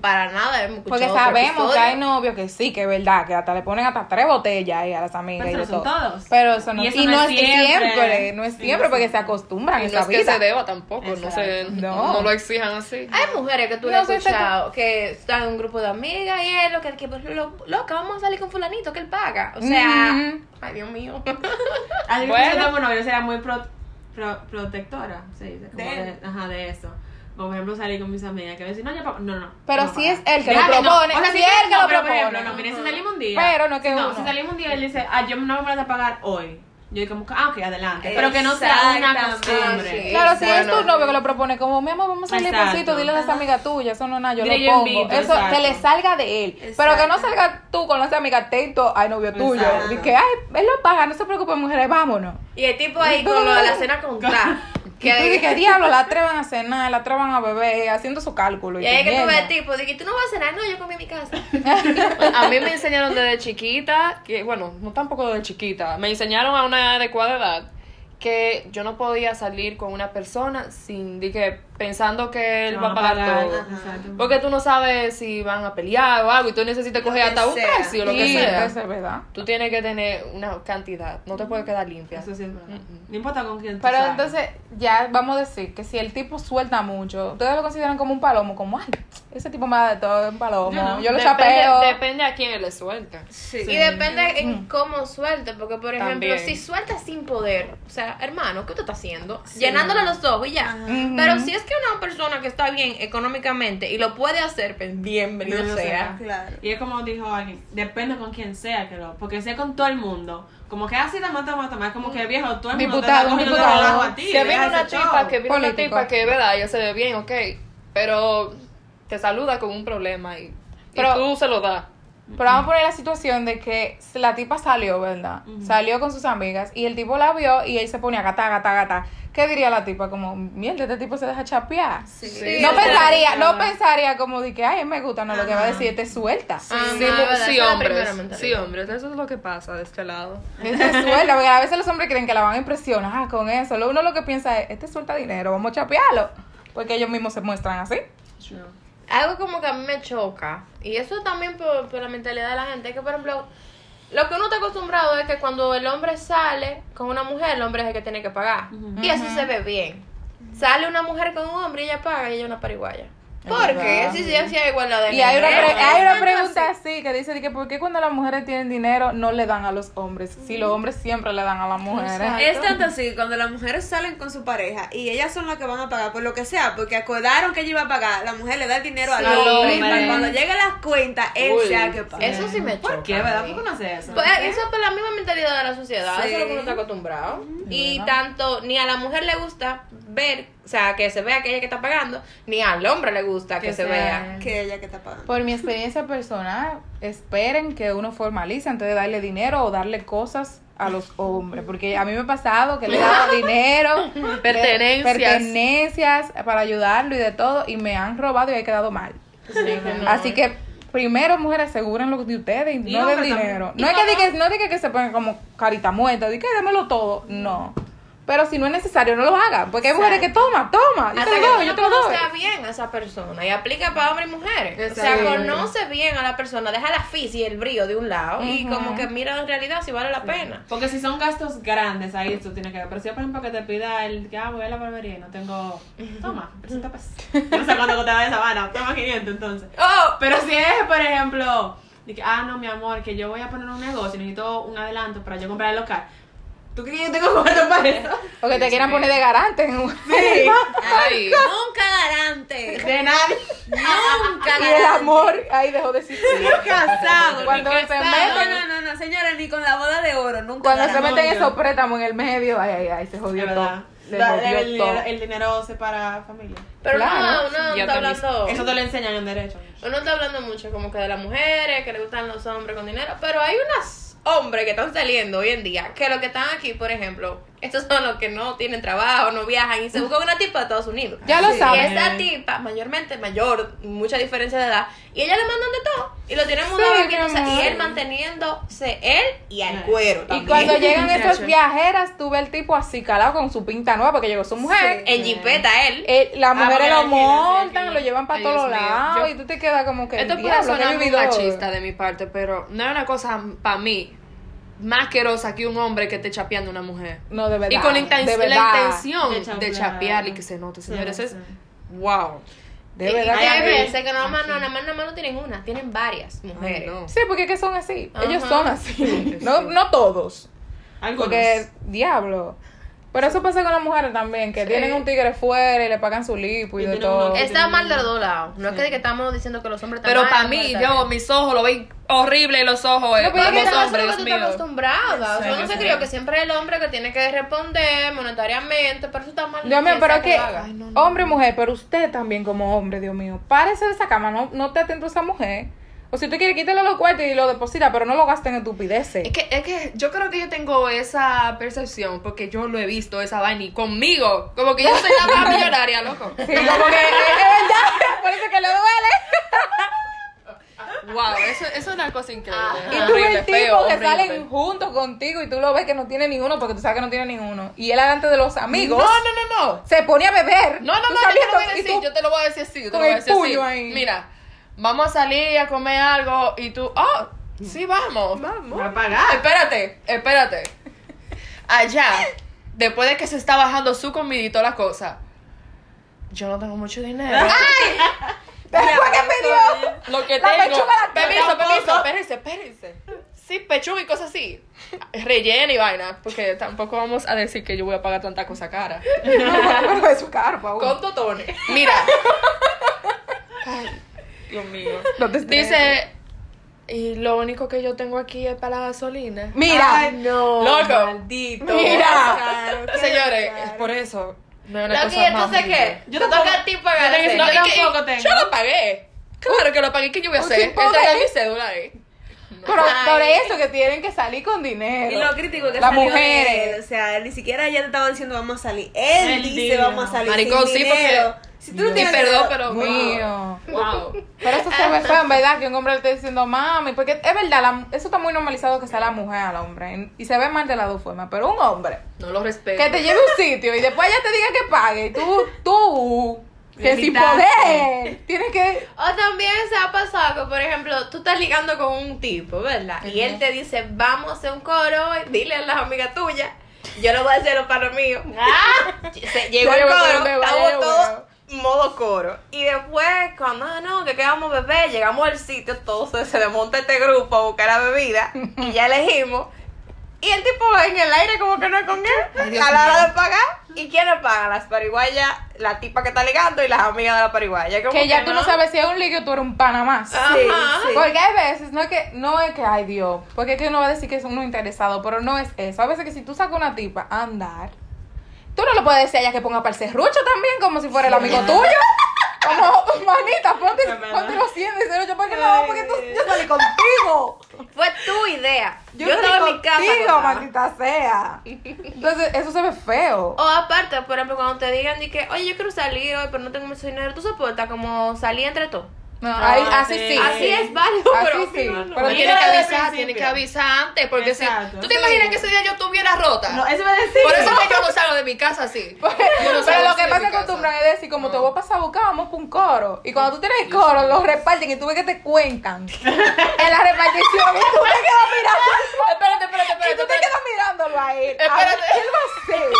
Speaker 3: Para nada hemos
Speaker 1: Porque
Speaker 3: escuchado otro
Speaker 1: sabemos que
Speaker 3: episodio.
Speaker 1: hay novios que sí, que es verdad, que hasta le ponen hasta tres botellas ahí a las amigas
Speaker 2: Pero
Speaker 1: y de
Speaker 2: eso no
Speaker 1: todo.
Speaker 2: son todos.
Speaker 1: Pero eso no,
Speaker 2: Y
Speaker 1: y
Speaker 2: eso
Speaker 1: no, es siempre. no es siempre porque se acostumbran a
Speaker 5: Y no
Speaker 1: esa
Speaker 5: es que
Speaker 1: vida.
Speaker 5: se deba tampoco, no, se,
Speaker 1: Exacto.
Speaker 5: no. lo exijan así.
Speaker 3: Hay mujeres que tú
Speaker 1: No,
Speaker 3: le has
Speaker 1: sí, está
Speaker 3: escuchado que están en un grupo de amigas y es lo que, que pues, lo- loca, vamos a salir con fulanito que él paga. O sea,
Speaker 1: Ujú.
Speaker 3: ay Dios mío.
Speaker 2: Así
Speaker 5: Bueno.
Speaker 2: que bueno, yo sería muy pro- pro- protectora, se dice, como
Speaker 4: De-
Speaker 2: de, ajá, de eso. Como por ejemplo salir con mis amigas que me dicen, no, yo pago. No, no.
Speaker 1: Pero
Speaker 2: no
Speaker 1: si es
Speaker 2: pago.
Speaker 1: él que
Speaker 2: Claro
Speaker 1: lo
Speaker 2: no.
Speaker 1: propone,
Speaker 2: O sea,
Speaker 1: si
Speaker 2: sí,
Speaker 1: él que
Speaker 2: no,
Speaker 1: lo
Speaker 2: pero,
Speaker 1: propone.
Speaker 2: Por ejemplo, no, mira, si salimos un día.
Speaker 1: Pero no es que
Speaker 2: no,
Speaker 1: uno.
Speaker 2: si salimos un día él dice, ah, yo no me voy a pagar hoy. Yo digo, como, que, ah, ok, adelante. Pero que no sea una
Speaker 4: Exactamente.
Speaker 2: costumbre.
Speaker 1: Claro, si es
Speaker 5: Bueno.
Speaker 1: tu novio que lo propone, como mi amor, vamos a salir
Speaker 2: Exacto.
Speaker 1: pasito, dile a esa amiga tuya, eso no es nada, yo
Speaker 2: Dile,
Speaker 1: lo
Speaker 2: yo
Speaker 1: pongo.
Speaker 2: invito,
Speaker 1: eso
Speaker 2: exacto.
Speaker 1: que le salga de él. Pero que no salga tú con esa amiga atento ay novio tuyo.
Speaker 2: Exacto.
Speaker 1: Dice que, ay, él lo paga, no se preocupe, mujeres, vámonos.
Speaker 3: Y el tipo ahí con lo de la cena con K.
Speaker 1: Y tú dices, ¿qué diablo? Las tres van a cenar, las tres van a beber, haciendo su cálculo.
Speaker 3: Y ahí es que tú
Speaker 1: comiendo.
Speaker 3: ves el tipo, dije, tú no vas a cenar, no, yo comí en mi casa.
Speaker 5: A mí me enseñaron desde chiquita, que bueno, no tampoco desde chiquita, me enseñaron a una adecuada edad que yo no podía salir con una persona sin, dije, pensando que él va a pagar todo.
Speaker 2: Exacto.
Speaker 5: Porque tú no sabes si van a pelear o algo y tú necesitas coger
Speaker 4: que
Speaker 5: hasta un
Speaker 4: sea.
Speaker 5: precio o lo que
Speaker 1: Sí,
Speaker 5: sea.
Speaker 1: eso es verdad.
Speaker 5: Tú tienes que tener una cantidad, no te puedes quedar limpia.
Speaker 2: Eso sí es verdad. No importa con quién tú
Speaker 1: Pero
Speaker 2: salgas.
Speaker 1: entonces, ya vamos a decir que si el tipo suelta mucho, ustedes lo consideran como un palomo, como, ay, ese tipo me da de todo, es un palomo. Yo,
Speaker 2: Yo no.
Speaker 1: lo
Speaker 5: depende,
Speaker 1: chapeo.
Speaker 5: depende a quién le suelta.
Speaker 3: Y depende en cómo suelta, porque por ejemplo,
Speaker 5: También.
Speaker 3: si sueltas sin poder, o sea, hermano, ¿qué tú estás haciendo? Llenándole los ojos y ya.
Speaker 1: Ujú.
Speaker 3: Pero si es que una persona que está bien económicamente y lo puede hacer, pues bienvenido
Speaker 2: Bienvenido
Speaker 3: sea.
Speaker 2: sea.
Speaker 4: Claro.
Speaker 2: Y es como dijo alguien, depende con quién sea que lo, porque sea con todo el mundo. Como que así te mata, mata, más como que viejo, todo el mundo te
Speaker 1: Diputado,
Speaker 2: está cogiendo
Speaker 1: diputado.
Speaker 2: de relajo a ti.
Speaker 5: Que viene
Speaker 2: deja
Speaker 5: una
Speaker 2: ese
Speaker 5: tipa,
Speaker 2: show.
Speaker 5: que viene una
Speaker 1: Político.
Speaker 5: tipa que, verdad, ella se ve bien, ok, pero te saluda con un problema y, y
Speaker 1: Pero-
Speaker 5: tú se lo das.
Speaker 1: Pero vamos a poner la situación de que la tipa salió, ¿verdad? Salió con sus amigas y el tipo la vio y él se ponía gata, gata, gata. ¿Qué diría la tipa? Como, mierda, este tipo se deja chapear.
Speaker 5: Sí.
Speaker 1: no
Speaker 5: sí,
Speaker 1: pensaría,
Speaker 2: sí.
Speaker 1: no pensaría como de que, ay, él me gusta, no, lo que va a decir este suelta.
Speaker 3: Ah,
Speaker 5: Sí,
Speaker 3: no, es
Speaker 5: mu-
Speaker 3: verdad, esa
Speaker 5: sí,
Speaker 3: es la primera
Speaker 5: hombres, sí,
Speaker 3: mentalidad.
Speaker 5: hombres, eso es lo que pasa de este lado.
Speaker 1: Este suelta, porque a veces los hombres creen que la van a impresionar ah, con eso. Lo uno lo que piensa es, este suelta dinero, vamos a chapearlo. Porque ellos mismos se muestran así.
Speaker 2: True.
Speaker 3: Algo como que a mí me choca, y eso también por, por la mentalidad de la gente, es que por ejemplo, lo que uno está acostumbrado es que cuando el hombre sale con una mujer, el hombre es el que tiene que pagar. Y eso se ve bien. Sale una mujer con un hombre y ella paga y ella es una pariguaya.
Speaker 1: Es
Speaker 3: Porque
Speaker 1: verdad.
Speaker 3: si sí, sí hay igualdad de
Speaker 1: Y hay una,
Speaker 3: nivel.
Speaker 1: pre- hay una
Speaker 3: Es
Speaker 1: pregunta así que dice, de que, ¿por qué cuando las mujeres tienen dinero no le dan a los hombres? Si los hombres siempre le dan a las mujeres.
Speaker 4: Es tanto así, cuando las mujeres salen con su pareja y ellas son las que van a pagar por lo que sea, porque acordaron que ella iba a pagar, la mujer le da el dinero al
Speaker 5: Al
Speaker 4: hombre y
Speaker 5: hombre.
Speaker 4: para cuando lleguen las cuentas, él
Speaker 5: Uy,
Speaker 4: sea que paga.
Speaker 3: Eso sí me choca.
Speaker 2: ¿Por qué, verdad?
Speaker 3: a mí.
Speaker 2: ¿Por qué no hace eso?
Speaker 3: Pues, eso es por la misma mentalidad de la sociedad,
Speaker 4: Sí.
Speaker 3: eso es lo que uno está acostumbrado. Y
Speaker 1: verdad.
Speaker 3: tanto ni a la mujer le gusta ver, o sea, que se vea aquella que está pagando, ni al hombre le gusta que,
Speaker 2: Que
Speaker 3: se
Speaker 2: sea-
Speaker 3: vea.
Speaker 4: Que ella que está pagando.
Speaker 1: Por mi experiencia personal, esperen que uno formalice antes de darle dinero o darle cosas a los hombres. Porque a mí me ha pasado que le he dado dinero, le-
Speaker 5: Pertenencias.
Speaker 1: pertenencias para ayudarlo y de todo, y me han robado y he quedado mal. Así que primero, mujeres, aseguren lo de ustedes y
Speaker 2: Y
Speaker 1: no den
Speaker 2: hombre también.
Speaker 1: dinero.
Speaker 2: Y
Speaker 1: No es que
Speaker 2: papá.
Speaker 1: diga, no diga que se pongan como carita muerta, diga que démelo todo. No. Pero si no es necesario, no lo hagan. Porque hay mujeres que toma, toma, yo
Speaker 3: Hasta
Speaker 1: te
Speaker 3: que
Speaker 1: lo doy,
Speaker 3: uno
Speaker 1: yo te lo doy.
Speaker 3: conozca bien a esa persona y aplica para hombres y mujeres. O sea,
Speaker 1: Exacto.
Speaker 3: conoce bien a la persona, deja la fis y el brillo de un lado y
Speaker 1: Ujú.
Speaker 3: como que mira en realidad si vale la pena.
Speaker 2: Porque si son gastos grandes, ahí tú tienes que ver. Pero si, por ejemplo, que te pida el que ah, voy a la barbería y no tengo. Toma, 300 pesos. No sé cuánto costaba esa vara, toma 500 entonces.
Speaker 3: Oh,
Speaker 2: Pero si es, por ejemplo, de que, ah, no, mi amor, que yo voy a poner un negocio, necesito un adelanto para yo comprar el local. ¿Tú crees que yo tengo cuarto para eso?
Speaker 1: O que te quieran poner de garante en un-
Speaker 5: Ay,
Speaker 4: Nunca garante.
Speaker 2: De nadie.
Speaker 4: Nunca
Speaker 1: Y el
Speaker 4: garante.
Speaker 1: amor ahí dejó de existir.
Speaker 4: Casado.
Speaker 1: Cuando
Speaker 4: ni
Speaker 1: se
Speaker 4: casado.
Speaker 1: meten-
Speaker 4: No, no, no, señores, ni con la boda de oro, nunca.
Speaker 1: Cuando se
Speaker 4: garante.
Speaker 1: meten
Speaker 2: Dios.
Speaker 1: esos préstamos en el medio, ay, ay, ay, se jodió
Speaker 2: Es
Speaker 1: todo.
Speaker 2: verdad.
Speaker 1: Se
Speaker 2: Da-
Speaker 1: jodió
Speaker 2: el,
Speaker 1: todo.
Speaker 2: dinero, el dinero separa familia.
Speaker 3: pero
Speaker 1: Claro.
Speaker 3: no, no,
Speaker 5: Y
Speaker 3: está
Speaker 5: otra mis-
Speaker 3: hablando.
Speaker 2: Eso te lo enseñan en derecho.
Speaker 3: Uno está hablando mucho como que de las mujeres, que le gustan los hombres con dinero, pero hay unos hombres que están saliendo hoy en día, que los que están aquí, por ejemplo, estos son los que no tienen trabajo, no viajan y se buscan una tipa de Estados Unidos.
Speaker 1: Ya lo
Speaker 3: y
Speaker 1: saben.
Speaker 3: esa tipa, mayormente mayor, mucha diferencia de edad, y ella le mandan de todo, y lo tienen
Speaker 1: Sí,
Speaker 3: mudado aquí,
Speaker 1: mi
Speaker 3: no sé, y
Speaker 1: amor.
Speaker 3: él manteniéndose él y al
Speaker 2: Sí.
Speaker 3: cuero
Speaker 1: Y
Speaker 3: también.
Speaker 1: cuando llegan esas
Speaker 5: Gracias.
Speaker 1: viajeras, tuve el tipo así calado con su pinta nueva, porque llegó su mujer.
Speaker 3: en jipeta él,
Speaker 1: Eh, las
Speaker 2: Ah,
Speaker 1: mujeres
Speaker 2: porque
Speaker 1: lo
Speaker 2: la gira, sí,
Speaker 1: montan,
Speaker 2: sí.
Speaker 1: lo llevan para
Speaker 5: Ay,
Speaker 1: todos
Speaker 5: Dios mío.
Speaker 1: lados
Speaker 5: Yo-
Speaker 1: y tú te quedas como que
Speaker 5: Esto puede
Speaker 1: diablo, qué
Speaker 5: sonar muy
Speaker 1: vividor.
Speaker 5: machista de mi parte, pero no es una cosa para mí más asquerosa que un hombre que esté chapeando a una mujer.
Speaker 1: No, de verdad.
Speaker 5: y con inten-
Speaker 1: de
Speaker 5: la
Speaker 1: verdad,
Speaker 5: intención
Speaker 2: De
Speaker 5: de
Speaker 2: chapear.
Speaker 5: chapear y que se note, señores,
Speaker 2: Sí,
Speaker 5: es
Speaker 2: sí.
Speaker 5: wow.
Speaker 1: De
Speaker 3: y
Speaker 1: verdad.
Speaker 3: hay
Speaker 1: que sí.
Speaker 3: veces que nada más, no, nada más, nada más no tienen una, tienen varias mujeres.
Speaker 5: Ah, Ay, no.
Speaker 1: Sí, porque es que son así. Ellos
Speaker 3: Ajá.
Speaker 1: son así.
Speaker 5: Sí.
Speaker 1: No, no todos.
Speaker 2: Algunos.
Speaker 1: Porque, diablo. Pero eso pasa con las mujeres también, que tienen un tigre fuera y le pagan su lipo y,
Speaker 2: Y
Speaker 1: de
Speaker 2: tienen
Speaker 1: todo.
Speaker 2: uno que-
Speaker 3: Está mal de los dos lados. No es que, de que estamos diciendo que los hombres están
Speaker 5: Pero
Speaker 3: mal,
Speaker 5: para
Speaker 3: las
Speaker 5: mí,
Speaker 3: mujeres están
Speaker 5: yo,
Speaker 3: bien.
Speaker 5: mis ojos lo ven horrible y los ojos, eh,
Speaker 1: No, pero es que
Speaker 5: como
Speaker 1: estás
Speaker 5: los
Speaker 3: Eso es lo
Speaker 5: hombres,
Speaker 3: que tú
Speaker 5: Dios
Speaker 3: estás
Speaker 5: mío.
Speaker 3: acostumbrada. O sea,
Speaker 5: Sí,
Speaker 3: uno se
Speaker 5: sí.
Speaker 3: crió que siempre es el hombre que tiene que responder monetariamente, pero eso está mal.
Speaker 1: Dios mío,
Speaker 3: que
Speaker 1: pero
Speaker 3: sea
Speaker 1: que,
Speaker 3: lo haga.
Speaker 1: hombre y mujer, pero usted también como hombre, Dios mío, párese de esa cama, no, no te atento a esa mujer. O si tú quieres, quítale los cuartos y lo deposita, pero no lo gastes en estupideces.
Speaker 5: Es que, es que yo creo que yo tengo esa percepción porque yo lo he visto, esa vaina, y conmigo. Como que yo soy la más millonaria, loco.
Speaker 1: Sí, como que es, es verdad, por eso que le duele.
Speaker 5: Wow, eso, eso es una cosa increíble.
Speaker 1: Ah.
Speaker 2: Ah,
Speaker 1: Y tú ves
Speaker 5: Horrible,
Speaker 1: el tipo
Speaker 5: feo,
Speaker 1: que
Speaker 5: horrible.
Speaker 1: salen juntos contigo y tú lo ves que no tiene ninguno porque tú sabes que no tiene ninguno. Y él delante de los amigos
Speaker 5: No, no, no, no.
Speaker 1: se pone a beber.
Speaker 5: No, no,
Speaker 1: Tú
Speaker 5: no, yo
Speaker 1: sabías
Speaker 5: te lo voy a
Speaker 1: y
Speaker 5: decir,
Speaker 1: tú-
Speaker 5: yo te lo voy a decir así, yo te
Speaker 1: con
Speaker 5: lo voy a
Speaker 1: el
Speaker 5: decir así.
Speaker 1: puño ahí.
Speaker 5: Mira, vamos a salir a comer algo y tú, oh, sí, vamos. Vamos.
Speaker 2: Va a pagar.
Speaker 5: Ah, Espérate, espérate. Allá, después de que se está bajando su comida y toda la cosa, yo no tengo mucho dinero.
Speaker 1: Después que pidió.
Speaker 5: Ah, Lo que
Speaker 1: La
Speaker 5: tengo.
Speaker 1: pechuga la
Speaker 5: permiso,
Speaker 1: tiene.
Speaker 5: permiso, espérense, espérense. Sí, pechuga y cosas así. Rellena y vaina. Porque tampoco vamos a decir que yo voy a pagar tanta cosa cara.
Speaker 1: Pero es su carpa, aún.
Speaker 5: Con totones. Mira. Ay, Dios mío.
Speaker 1: No te estreses.
Speaker 5: Dice. Y lo único que yo tengo aquí es para la gasolina.
Speaker 1: Mira,
Speaker 4: no.
Speaker 5: Loco.
Speaker 4: Maldito.
Speaker 1: Mira.
Speaker 4: Claro, qué
Speaker 5: Señores,
Speaker 4: descaro.
Speaker 5: es por eso. No es una
Speaker 3: Lo
Speaker 5: cosa
Speaker 3: que
Speaker 5: más
Speaker 3: entonces
Speaker 5: horrible.
Speaker 3: qué?
Speaker 2: Yo
Speaker 3: Yo
Speaker 2: tampoco-
Speaker 3: toca a ti pagar.
Speaker 2: yo tengo-
Speaker 5: No, y
Speaker 2: Yo
Speaker 5: que- y
Speaker 2: tampoco tengo.
Speaker 5: Yo lo pagué. Claro que lo pagué. ¿Qué yo voy a
Speaker 1: Un
Speaker 5: hacer?
Speaker 1: chipote.
Speaker 5: Entregar mi cédula eh. ahí.
Speaker 1: pero
Speaker 3: Ay.
Speaker 1: por eso que tienen que salir con dinero.
Speaker 4: Y lo crítico que
Speaker 1: Las
Speaker 4: salió de
Speaker 1: mujeres.
Speaker 4: él, o sea, ni siquiera ella te estaba diciendo vamos a salir. Él
Speaker 2: Él
Speaker 4: dice
Speaker 2: dijo.
Speaker 4: vamos a salir.
Speaker 5: Maricón,
Speaker 4: sin
Speaker 5: sí, porque-
Speaker 4: dinero. Si tú no
Speaker 5: Y
Speaker 4: tienes
Speaker 5: perdón,
Speaker 4: dinero-
Speaker 5: pero.
Speaker 1: Mío.
Speaker 2: Wow.
Speaker 1: Pero eso se ve feo, en verdad, que un hombre le esté diciendo mami. Porque es verdad, la- eso está muy normalizado que sea la mujer al hombre. en- Y se ve mal de las dos formas. Pero un hombre
Speaker 5: No lo respeto.
Speaker 1: que te lleve a un sitio y después ella te diga que pague. Y tú, tú, que sin
Speaker 2: Gritaste.
Speaker 1: poder, tienes que.
Speaker 3: O también se ha pasado que, por ejemplo, tú estás ligando con un tipo, ¿verdad? Y él te dice, vamos a hacer un coro, hoy, dile a las amigas tuyas, yo lo voy a hacer para los míos. Se- Llegó
Speaker 1: Ya
Speaker 3: el
Speaker 1: yo me
Speaker 3: coro,
Speaker 1: acuerdo de
Speaker 3: estamos
Speaker 1: varios,
Speaker 3: todos modo coro. Y después, cuando, ah, no, que quedamos bebés, llegamos al sitio, todos se, se desmonta este grupo a buscar la bebida y ya elegimos. Y el tipo va en el aire como que no es con él a la hora de pagar. ¿Y quiénes pagan? Las pariguayas, la tipa que está ligando y las amigas de la pariguaya. Como
Speaker 1: Que ya tú no
Speaker 3: no.
Speaker 1: sabes si es un ligue o tú eres un pana más.
Speaker 4: Sí,
Speaker 3: Ajá.
Speaker 4: sí.
Speaker 1: Porque hay veces, no es que, no es que, ay Dios, porque es que uno va a decir que es uno interesado, pero no es eso. A veces que si tú sacas una tipa a andar, tú no le puedes decir a ella que ponga para el serrucho también, como si fuera el amigo tuyo. Como, manita, ponte,
Speaker 2: verdad.
Speaker 1: ponte los 100 de serrucho, porque no, porque tú, yo salí contigo.
Speaker 3: Fue tu idea. Yo,
Speaker 1: salí
Speaker 3: estaba en mi casa.
Speaker 1: contigo,
Speaker 3: acostada.
Speaker 1: maldita sea. Entonces, eso se ve feo.
Speaker 3: O aparte, por ejemplo, cuando te digan de que, oye, yo quiero salir hoy, pero no tengo mucho dinero, tú soportas como salir entre todos.
Speaker 1: No, ahí-
Speaker 2: Ah,
Speaker 1: así
Speaker 2: sí.
Speaker 1: sí.
Speaker 3: Así es válido,
Speaker 1: Así
Speaker 3: pero.
Speaker 1: sí.
Speaker 5: Pero
Speaker 1: Pero
Speaker 2: Oye, dímelo
Speaker 5: tienes que
Speaker 2: desde el
Speaker 5: avisar,
Speaker 2: principio.
Speaker 5: tienes que avisar antes. Porque si.
Speaker 2: Exacto.
Speaker 5: ¿Tú te imaginas que ese día yo estuviera rota?
Speaker 2: No, eso me decía.
Speaker 5: Por eso que yo no salgo de mi casa así. Yo no
Speaker 1: Pues, Pero
Speaker 5: salgo
Speaker 1: lo
Speaker 5: así
Speaker 1: que
Speaker 5: de
Speaker 1: más
Speaker 5: mi
Speaker 1: se
Speaker 5: casa.
Speaker 1: acostumbran es decir, como te voy a pasar a buscar, vamos por un coro. Y cuando tú tienes el coro, los reparten y tú ves que te cuentan. en la repartición, y tú te quedas mirando.
Speaker 5: Espérate, espérate,
Speaker 1: Y
Speaker 5: espérate.
Speaker 1: tú te
Speaker 5: espérate.
Speaker 1: quedas mirándolo a él. A
Speaker 5: Espérate.
Speaker 1: ver, ¿Qué él va a hacer?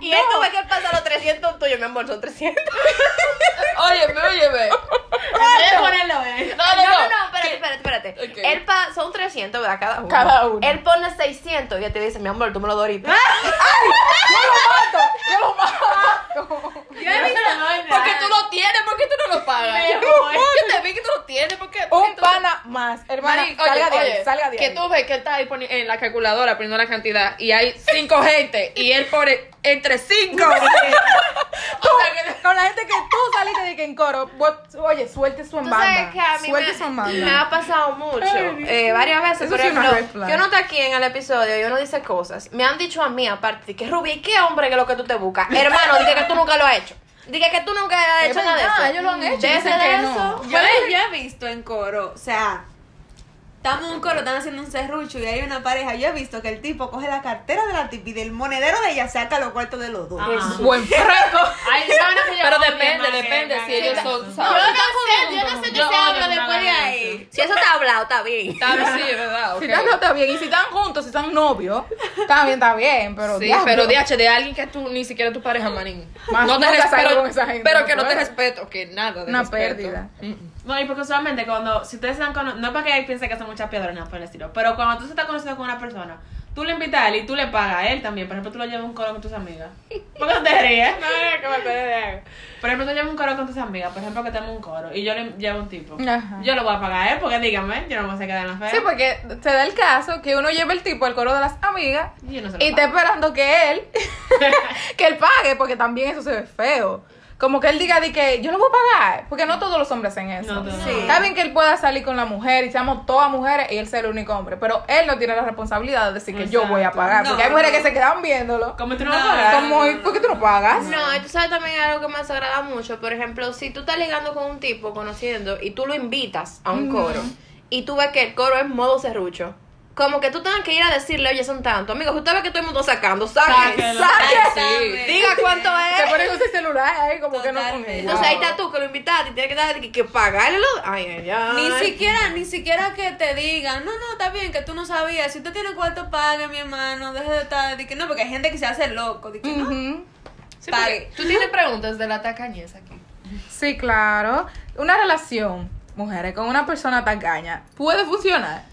Speaker 3: Y él tuve que pasar los 300 tuyos, mi amor, son 300.
Speaker 5: Óyeme, óyeme.
Speaker 2: Voy a ponerlo, eh.
Speaker 5: No, no, no.
Speaker 3: espérate, espérate, espérate.
Speaker 5: Ok.
Speaker 3: Él pa son 300, ¿verdad? Cada uno.
Speaker 1: Cada uno.
Speaker 3: Él pone 600 y ya te dice, mi amor, tú me lo doy ahorita.
Speaker 2: Ah,
Speaker 1: Yo lo mato.
Speaker 2: Yo he visto.
Speaker 5: ¿Por qué tú lo tienes? ¿Por qué tú no lo pagas?
Speaker 2: Me voy.
Speaker 5: Yo te vi que tú lo tienes. ¿Por qué?
Speaker 1: Un
Speaker 5: Entonces-
Speaker 1: pana más, hermana.
Speaker 5: Mari, oye,
Speaker 1: salga de
Speaker 5: oye,
Speaker 1: ahí, salga de
Speaker 5: Que
Speaker 1: ahí.
Speaker 5: tú ves que él está ahí poni- en la calculadora poniendo la cantidad y hay cinco gente y él pone entre cinco.
Speaker 1: Tú, con la gente que tú saliste de que en coro, vos- oye, suelte su en
Speaker 3: Tú sabes que a
Speaker 1: banda.
Speaker 3: mí
Speaker 1: Suelte
Speaker 3: me,
Speaker 1: su en banda.
Speaker 3: me ha pasado mucho, eh, varias veces,
Speaker 1: Eso
Speaker 3: por
Speaker 1: sí es una
Speaker 3: ejemplo,
Speaker 1: red flag.
Speaker 3: que uno está aquí en el episodio y uno dice cosas, me han dicho a mí aparte, de que Ruby, ¿y qué hombre que es lo que tú te buscas? Hermano, dije que tú nunca lo has hecho, dije que tú nunca has
Speaker 1: Es
Speaker 3: hecho nada de
Speaker 1: verdad,
Speaker 3: eso.
Speaker 1: ellos lo han hecho,
Speaker 3: Desde
Speaker 1: dicen que no.
Speaker 3: eso,
Speaker 4: Yo, he- yo he visto en coro, o sea, estamos en un coro, están haciendo un serrucho y hay una pareja. Yo he visto que el tipo coge la cartera de la tipa y del monedero de ella saca los cuartos de los dos.
Speaker 3: Pues,
Speaker 4: Ah.
Speaker 2: Ajá.
Speaker 1: Buen freco.
Speaker 2: Ay, yo no sé, yo
Speaker 5: Pero
Speaker 2: odio
Speaker 5: depende,
Speaker 2: más que
Speaker 5: depende si
Speaker 2: hagan
Speaker 5: ellos
Speaker 2: eso.
Speaker 5: son. ¿sabes?
Speaker 3: sé, yo no sé
Speaker 2: qué Yo se habla odio que me después de hagan ahí.
Speaker 3: Si eso está hablado, está bien.
Speaker 5: Está- Sí, es verdad. ok.
Speaker 1: Si están no está bien, y si están juntos, si están novios, está bien, está bien, pero
Speaker 5: Sí,
Speaker 1: diablo.
Speaker 5: pero DH de alguien que tú ni siquiera tu pareja, manín.
Speaker 1: Más
Speaker 5: no te
Speaker 1: nunca salgo
Speaker 5: respeto,
Speaker 1: con esa gente,
Speaker 5: pero
Speaker 1: no
Speaker 5: que no te
Speaker 1: puedo.
Speaker 5: respeto, que nada de
Speaker 1: Una
Speaker 5: respeto.
Speaker 1: pérdida.
Speaker 5: Mm-mm.
Speaker 2: No, y porque usualmente cuando, si ustedes están conociendo, no es para que piensen que son muchas piedras, no, por el estilo, pero cuando tú se estás conociendo con una persona, tú le invitas a él y tú le pagas a él también, por ejemplo, tú lo llevas a un coro con tus amigas. ¿Por qué no te ríes? No, no, que me acuerdo de algo. Por ejemplo, tú llevas un coro con tus amigas, por ejemplo, que tengo un coro, y yo le llevo un tipo.
Speaker 1: Ajá.
Speaker 2: Yo lo voy a pagar a él, porque dígame, yo no me voy a quedar en la feria.
Speaker 1: Sí, porque se da el caso que uno lleva el tipo al coro de las amigas
Speaker 2: Y yo no se lo
Speaker 1: y está
Speaker 2: pago.
Speaker 1: esperando que él, que él pague, porque también eso se ve feo. Como que él diga de que yo no voy a pagar, porque no todos los hombres hacen eso.
Speaker 2: No, todos no.
Speaker 4: Sí.
Speaker 1: Está bien que él pueda salir con la mujer y seamos todas mujeres y él sea el único hombre, pero él no tiene la responsabilidad de decir que yo voy a
Speaker 2: Exacto.
Speaker 1: pagar,
Speaker 4: No,
Speaker 1: porque hay mujeres
Speaker 4: no.
Speaker 1: que se quedan viéndolo.
Speaker 2: Como tú no
Speaker 4: No,
Speaker 2: vas a pagar.
Speaker 1: Como, ¿y ¿por qué tú no pagas?
Speaker 3: No, y tú sabes también algo que me desagrada mucho. Por ejemplo, si tú estás ligando con un tipo, conociendo, y tú lo invitas a un coro, y tú ves que el coro es modo serrucho. Como que tú tengas que ir a decirle, oye, son tantos. Amigos, usted ve que todo el mundo sacando, saque,
Speaker 2: Sáquelo.
Speaker 3: saque.
Speaker 4: Exactamente.
Speaker 3: Diga cuánto
Speaker 1: Se
Speaker 3: es.
Speaker 1: ponen con ese celular ahí como
Speaker 4: Totalmente.
Speaker 1: que no...
Speaker 3: Entonces ahí está tú que lo invitaste y tienes que dar que, que pagarlo. Ay, ay, ay.
Speaker 4: Ni siquiera, ni siquiera que te digan, no, no, está bien, que tú no sabías, si usted tiene cuarto, pague, mi hermano, deje de estar, de que no, porque hay gente que se hace loco, de que
Speaker 1: Mm.
Speaker 4: no,
Speaker 1: Ujú.
Speaker 5: Sí,
Speaker 4: pague.
Speaker 5: porque Tú tienes preguntas de la tacañez aquí.
Speaker 1: Sí, claro. Una relación, mujeres, con una persona tacaña puede funcionar.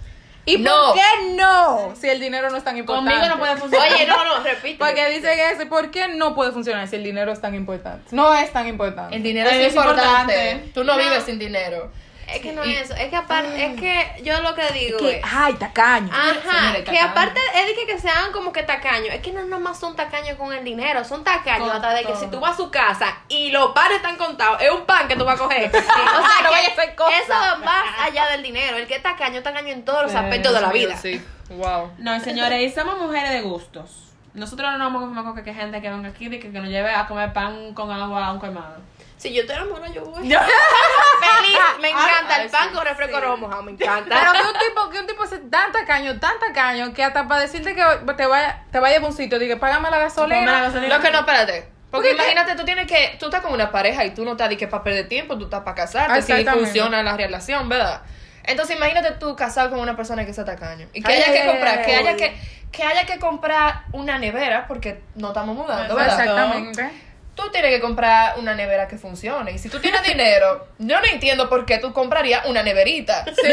Speaker 1: ¿Y
Speaker 5: No.
Speaker 1: por qué no? Si el dinero no es tan importante.
Speaker 2: Conmigo no puede funcionar.
Speaker 3: Oye, no, no, repite.
Speaker 1: Porque dicen eso, ¿por qué no puede funcionar si el dinero es tan importante? No es tan importante.
Speaker 5: El dinero
Speaker 2: Ay,
Speaker 5: es,
Speaker 2: es
Speaker 5: importante.
Speaker 2: importante.
Speaker 5: Tú no,
Speaker 3: No.
Speaker 5: vives sin dinero.
Speaker 3: Es que no es eso. Es que aparte, es que yo lo que digo
Speaker 1: Que-
Speaker 3: es. Ah,
Speaker 1: ay, tacaño.
Speaker 3: Ajá,
Speaker 5: Señores,
Speaker 3: que
Speaker 5: tacaños.
Speaker 3: aparte es de que, que sean como que tacaños. Es que no nomás son tacaños con el dinero, son tacaños
Speaker 2: Con
Speaker 3: hasta de que
Speaker 2: todo.
Speaker 3: si tú vas a su casa y los panes están contados, es un pan que tú vas a coger. o sea,
Speaker 1: No
Speaker 3: que
Speaker 1: vaya a ser cosa.
Speaker 3: eso va más allá del dinero. El que es tacaño, es tacaño en todos los aspectos de la vida.
Speaker 5: Sí. Wow.
Speaker 2: No, señores, y somos mujeres de gustos. Nosotros no nos vamos a conformar con que gente que venga aquí y que, que nos lleve a comer pan con agua a un colmado.
Speaker 3: Si yo te enamoro, yo voy.
Speaker 1: Yo-
Speaker 3: Feliz, me encanta
Speaker 5: ay,
Speaker 3: el pan
Speaker 5: sí,
Speaker 3: con refresco
Speaker 5: sí.
Speaker 3: rojo mojado, me encanta.
Speaker 1: Pero que un tipo, que un tipo sea tan tacaño, tan tacaño, que hasta para decirte que te vaya, te vaya a un sitio, diga, págame la gasolina.
Speaker 2: Ponme la gasolina.
Speaker 5: Lo que no, espérate. Porque
Speaker 1: Porque te-
Speaker 5: imagínate, tú tienes que, tú estás con una pareja y tú no estás de que para perder tiempo, tú estás para casarte, si
Speaker 1: Exactamente.
Speaker 5: funciona la relación, ¿verdad? Entonces imagínate tú casado con una persona que sea tacaño. Y que
Speaker 1: Ay,
Speaker 5: haya
Speaker 1: ay,
Speaker 5: que
Speaker 1: ay,
Speaker 5: comprar,
Speaker 1: ay,
Speaker 5: que
Speaker 1: ay.
Speaker 5: haya que, que haya que comprar una nevera, porque no estamos mudando, ¿verdad?
Speaker 1: Exactamente.
Speaker 5: Tú tienes que comprar una nevera que funcione. Y si tú tienes dinero, yo no entiendo por qué tú comprarías una neverita. Sí.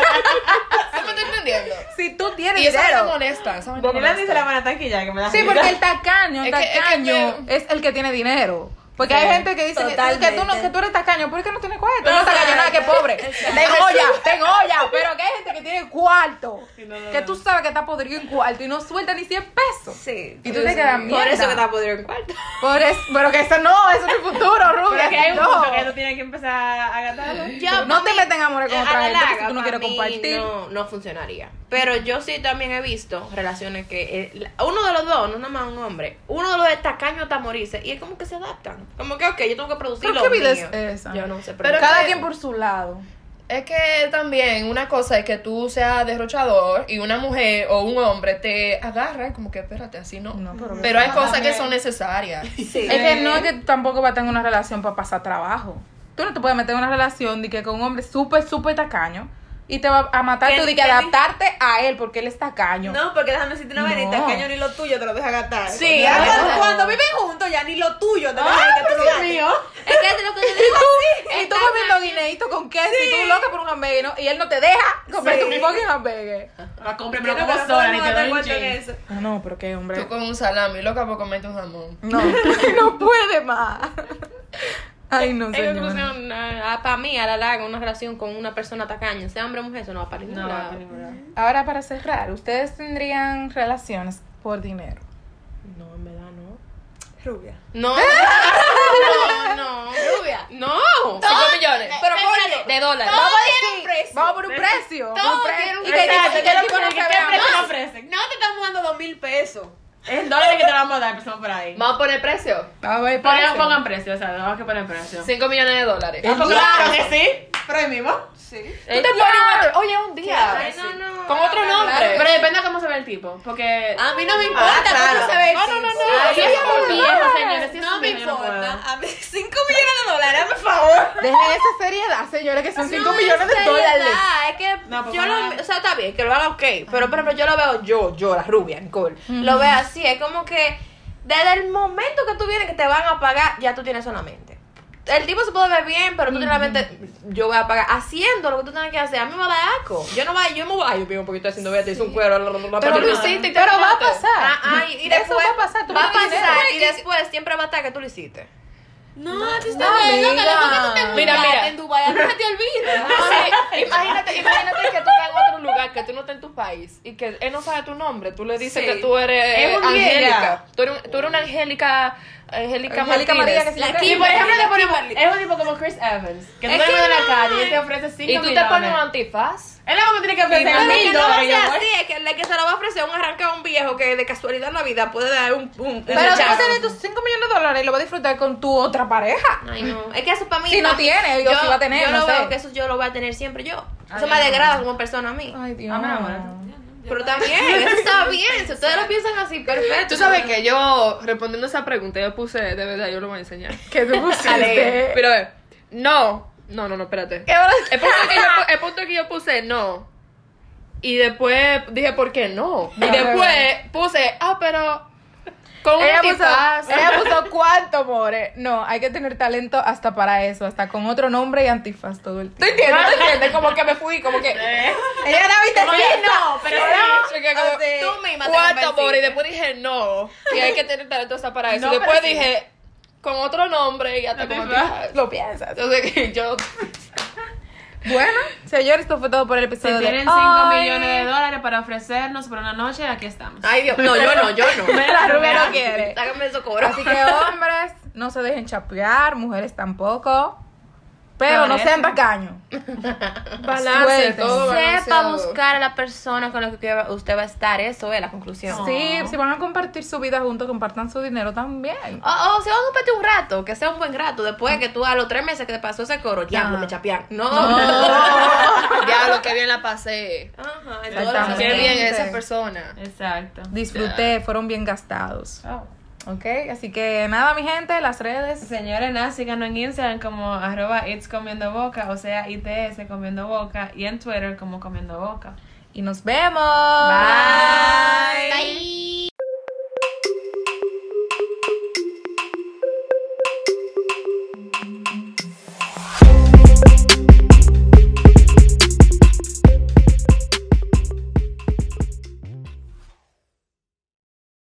Speaker 5: me estás entendiendo?
Speaker 1: Si tú tienes
Speaker 5: Y esa vaina
Speaker 1: dinero.
Speaker 5: molesta. Esa vaina
Speaker 2: Daniela dice
Speaker 5: molesta.
Speaker 2: la buena taquilla que me da
Speaker 1: Sí, porque el tacaño, el
Speaker 5: Es que- es que
Speaker 1: tacaño
Speaker 5: me-
Speaker 1: es el que tiene dinero. Porque hay gente que dice que,
Speaker 4: totalmente.
Speaker 1: que tú no, que tú eres tacaño, pero es que no tienes cuarto. No, tacaño, nada, que pobre. Tengo olla, tengo olla. Pero que hay gente que tiene cuarto.
Speaker 2: no lo
Speaker 1: que
Speaker 2: da.
Speaker 1: tú sabes que está podrido en cuarto y no suelta ni 100 pesos.
Speaker 4: Sí.
Speaker 1: Y tú te quedas mierda.
Speaker 3: Por eso que está podrido en cuarto.
Speaker 1: Por es- pero que eso no, eso es tu futuro, rubia.
Speaker 2: Porque hay un
Speaker 1: no.
Speaker 2: punto que tú tienes que empezar a gastarlo.
Speaker 3: Yo,
Speaker 1: No te
Speaker 3: mami,
Speaker 1: metas en amores con
Speaker 3: a
Speaker 1: otra
Speaker 3: la
Speaker 1: gente porque
Speaker 3: larga,
Speaker 1: tú no
Speaker 3: eh, pa'
Speaker 1: quieres
Speaker 3: mí
Speaker 1: compartir.
Speaker 3: No, no funcionaría. Pero yo sí también he visto relaciones que eh, la- uno de los dos, no nada más un hombre, uno de los de tacaño hasta morirse y es como que se adaptan. Como que, ok, yo tengo que producir
Speaker 1: ¿Pero
Speaker 3: lo
Speaker 1: qué vida es
Speaker 3: mío.
Speaker 1: esa?
Speaker 3: Yo no sé, pero,
Speaker 1: Pero cada
Speaker 5: que-
Speaker 1: quien por su lado.
Speaker 5: Es que también una cosa es que tú seas derrochador y una mujer o un hombre te agarra y como que espérate, así no.
Speaker 1: No, pero-
Speaker 5: pero, hay cosas que son necesarias.
Speaker 4: Sí.
Speaker 1: Es que no es que tampoco va a tener una relación para pasar trabajo. Tú no te puedes meter en una relación de que con un hombre súper, súper tacaño y te va a matar
Speaker 4: Que-
Speaker 1: tú de que
Speaker 4: que-
Speaker 1: adaptarte a él porque él es tacaño.
Speaker 4: No, porque déjame decirte una
Speaker 1: No.
Speaker 4: vaina, el tacaño ni lo tuyo te lo deja gastar.
Speaker 3: Sí,
Speaker 4: Ya
Speaker 3: es
Speaker 4: cuando,
Speaker 3: verdad.
Speaker 4: cuando viven juntos ya ni lo tuyo te deja que tú lo gastes.
Speaker 3: Es que es lo que yo digo.
Speaker 1: Y tú comiendo guineito con queso y tú loca por un hamburguero y él no te deja comer tu fucking hamburguer.
Speaker 2: La compré,
Speaker 4: Yo
Speaker 2: pero
Speaker 4: no
Speaker 2: como
Speaker 4: me
Speaker 2: sola, ni
Speaker 4: puedo
Speaker 2: te
Speaker 4: dar
Speaker 2: doy un
Speaker 4: cuenta en
Speaker 2: chin.
Speaker 4: eso.
Speaker 1: No, Ah, no, pero qué hombre.
Speaker 5: Tú con un salami, loca por comerte un jamón.
Speaker 1: No, no puede más. Ay, no,
Speaker 3: En
Speaker 1: señor.
Speaker 3: conclusión, para ah, mí, a la larga, una relación con una persona tacaña, sea hombre o mujer, eso no va para ningún
Speaker 2: No,
Speaker 3: lado.
Speaker 2: para ningún lado.
Speaker 1: Ahora, para cerrar, ¿ustedes tendrían relaciones por dinero?
Speaker 3: No, en verdad no.
Speaker 4: Rubia.
Speaker 3: No, no, no.
Speaker 5: Rubia.
Speaker 3: No.
Speaker 5: Cinco millones.
Speaker 3: Pero ponle. De dólares.
Speaker 1: Vamos por un precio.
Speaker 3: Todo
Speaker 1: un precio.
Speaker 3: tiene un
Speaker 1: Y que-
Speaker 2: Exacto,
Speaker 1: y que
Speaker 2: yo
Speaker 1: el
Speaker 2: lo
Speaker 1: tipo no
Speaker 2: quiero,
Speaker 1: se
Speaker 2: ¿qué
Speaker 1: vea
Speaker 2: precio
Speaker 1: más.
Speaker 2: me ofrecen?
Speaker 4: No te estamos dando dos mil pesos.
Speaker 2: Es el dólar que te lo vamos a dar, empezamos por ahí.
Speaker 5: Vamos a poner precio.
Speaker 1: A ver,
Speaker 2: Pongan,
Speaker 1: precio.
Speaker 2: pongan precio, o sea, no hay que poner precio.
Speaker 5: 5 millones de dólares.
Speaker 1: El
Speaker 2: Pues Claro que sí, pero ahí mismo.
Speaker 4: Sí.
Speaker 1: Tú te pones un- Oye, un
Speaker 3: Ay,
Speaker 1: día.
Speaker 3: no, no.
Speaker 5: Con otro nombre.
Speaker 2: Pero depende de cómo se ve el tipo, porque...
Speaker 4: A mí no me importa cómo se ve.
Speaker 1: No, no, no, no.
Speaker 2: Ah,
Speaker 1: sí,
Speaker 2: si es por
Speaker 1: sí,
Speaker 2: viejo,
Speaker 1: sí.
Speaker 2: señores, si es
Speaker 4: No
Speaker 2: un
Speaker 4: me
Speaker 2: viejo, yo no puedo.
Speaker 4: importa. A mí 5 millones de dólares, por favor.
Speaker 1: Deja esa seriedad, señores, que son 5
Speaker 3: No,
Speaker 1: millones de
Speaker 3: en
Speaker 1: dólares.
Speaker 3: seriedad, Es que
Speaker 2: No, pues,
Speaker 3: yo lo.
Speaker 2: nada.
Speaker 3: O sea, está bien, que lo haga ok. Pero, por ejemplo, yo lo veo yo, yo, la rubia, Nicole. Lo veo así. Es como que desde el momento que tú vienes que te van a pagar, ya tú tienes eso en la mente. El tipo se puede ver bien, pero tú tienes la mente, yo voy a pagar haciendo lo que tú tienes que hacer. A mí me va a dar asco. Yo no voy, a- yo me voy, ay, yo pido porque estoy haciendo vete, hice un cuero, bla, bla, bla, bla,
Speaker 5: Pero
Speaker 3: bla,
Speaker 5: lo
Speaker 3: bla.
Speaker 5: hiciste,
Speaker 1: Pero va a
Speaker 5: imagínate.
Speaker 1: pasar.
Speaker 3: Ah, ah, y, y
Speaker 1: Eso
Speaker 3: después
Speaker 1: va a pasar, tú
Speaker 3: Va a
Speaker 1: tienes
Speaker 3: pasar
Speaker 1: dinero.
Speaker 3: y después siempre va a estar que tú lo hiciste. Ah,
Speaker 4: No, a ti
Speaker 1: No,
Speaker 4: está bien.
Speaker 1: amiga.
Speaker 5: Mira, mira.
Speaker 3: En Dubái, a ti se te olvida.
Speaker 5: Sí, imagínate, imagínate que tú estás en otro lugar, que tú no estás en tu país y que él no sabe tu nombre. Tú le dices
Speaker 3: Sí.
Speaker 5: que tú eres
Speaker 4: Es un
Speaker 5: Angélica.
Speaker 4: griega.
Speaker 5: Tú eres, un- tú eres una Angélica. Angélica
Speaker 1: Angélica María, que
Speaker 5: Martínez.
Speaker 1: se llama
Speaker 2: Y por
Speaker 1: Kimberly.
Speaker 2: ejemplo, le ponemos, es un tipo como Chris Evans, que tú le
Speaker 5: Es que
Speaker 2: pones en la
Speaker 5: no
Speaker 2: calle y
Speaker 5: hay.
Speaker 2: él te ofrece 5
Speaker 5: Y tú te pones un antifaz.
Speaker 2: Él es lo que tiene que ofrecer
Speaker 3: Pero
Speaker 2: mil
Speaker 3: que no va a ser
Speaker 2: dólares. amor.
Speaker 3: así, es que el que se lo va a ofrecer un arranque a un viejo que de casualidad en la vida puede dar un, un, un
Speaker 1: Pero tú vas a
Speaker 3: rechazo.
Speaker 1: tener tus 5 millones de dólares y lo vas a disfrutar con tu otra pareja.
Speaker 3: Ay, no. Es que eso para mí.
Speaker 1: Si no
Speaker 3: más-
Speaker 1: tiene, yo sí va a tener,
Speaker 3: Yo
Speaker 1: no
Speaker 3: lo
Speaker 1: sé.
Speaker 3: veo que eso yo lo voy a tener siempre yo. Eso
Speaker 2: Ay,
Speaker 3: me
Speaker 2: no.
Speaker 3: degrada como persona a mí.
Speaker 1: Ay, Dios.
Speaker 2: Ah, mira, bueno.
Speaker 3: Pero también, eso está bien. Si ustedes lo piensan así, perfecto.
Speaker 5: Eh, Tú sabes que yo, respondiendo a esa pregunta, yo puse, de verdad, yo lo voy a enseñar.
Speaker 1: ¿Qué tú pusiste?
Speaker 5: Ale, Pero, eh, no. No, no, no, espérate.
Speaker 1: ¿Qué hora-
Speaker 5: El punto, que yo, pu- el punto que yo puse no. Y después dije, ¿por qué no? Y
Speaker 1: No,
Speaker 5: después puse, ah, pero. Con un
Speaker 1: Ella puso,
Speaker 5: antifaz.
Speaker 1: ella puso cuánto, more. No, hay que tener talento hasta para eso, hasta con otro nombre y antifaz todo el tiempo. ¿Tú entiendes? ¿Tú entiendes? Como que me fui, como que. Ella era viste
Speaker 2: Como que no, pero no.
Speaker 5: Porque como,
Speaker 3: tú misma te
Speaker 5: ¿Cuánto, more? Y
Speaker 3: convenciste.
Speaker 5: después dije, no. Y hay que tener talento hasta para eso.
Speaker 2: No, pero
Speaker 5: después
Speaker 2: sí.
Speaker 5: dije, con otro nombre y hasta
Speaker 2: No te
Speaker 5: con
Speaker 2: va.
Speaker 5: antifaz.
Speaker 1: Lo piensas.
Speaker 5: Entonces, yo.
Speaker 1: Bueno, señores, esto fue todo por el
Speaker 2: Si
Speaker 1: episodio
Speaker 2: tienen
Speaker 1: de
Speaker 2: 5
Speaker 1: hoy.
Speaker 2: millones de dólares para ofrecernos por una noche, aquí estamos.
Speaker 3: Ay, Dios. No, yo no, yo no.
Speaker 1: La Rubén no quiere.
Speaker 3: Háganme el socorro.
Speaker 1: Así que hombres, no se dejen chapear, mujeres tampoco. Pero no
Speaker 2: Florece.
Speaker 1: sean tacaños.
Speaker 5: Balance, todo
Speaker 3: Sepa
Speaker 5: balanceado.
Speaker 3: buscar a la persona con la que usted va a estar. Eso es la conclusión.
Speaker 1: Sí, si van a compartir su vida juntos, compartan su dinero también.
Speaker 5: Oh,
Speaker 3: O, o Oh, se van a compartir un rato, que sea un buen rato. Después que tú a los tres meses que te pasó ese coro, diablo, me chapean. No.
Speaker 5: Ya lo que bien la pasé.
Speaker 3: Ajá, en todos los
Speaker 1: Exactamente.
Speaker 5: Ah, Qué bien
Speaker 3: aspectos.
Speaker 5: esa persona.
Speaker 2: Exacto.
Speaker 1: Disfruté, fueron bien gastados.
Speaker 2: Oh.
Speaker 1: Ok, así que nada, mi gente, las redes.
Speaker 2: Señores, nada, síganos en Instagram como arroba it's comiendo boca, o sea, ITS comiendo boca, y en Twitter como comiendo boca.
Speaker 1: Y nos vemos.
Speaker 2: Bye.
Speaker 3: Bye.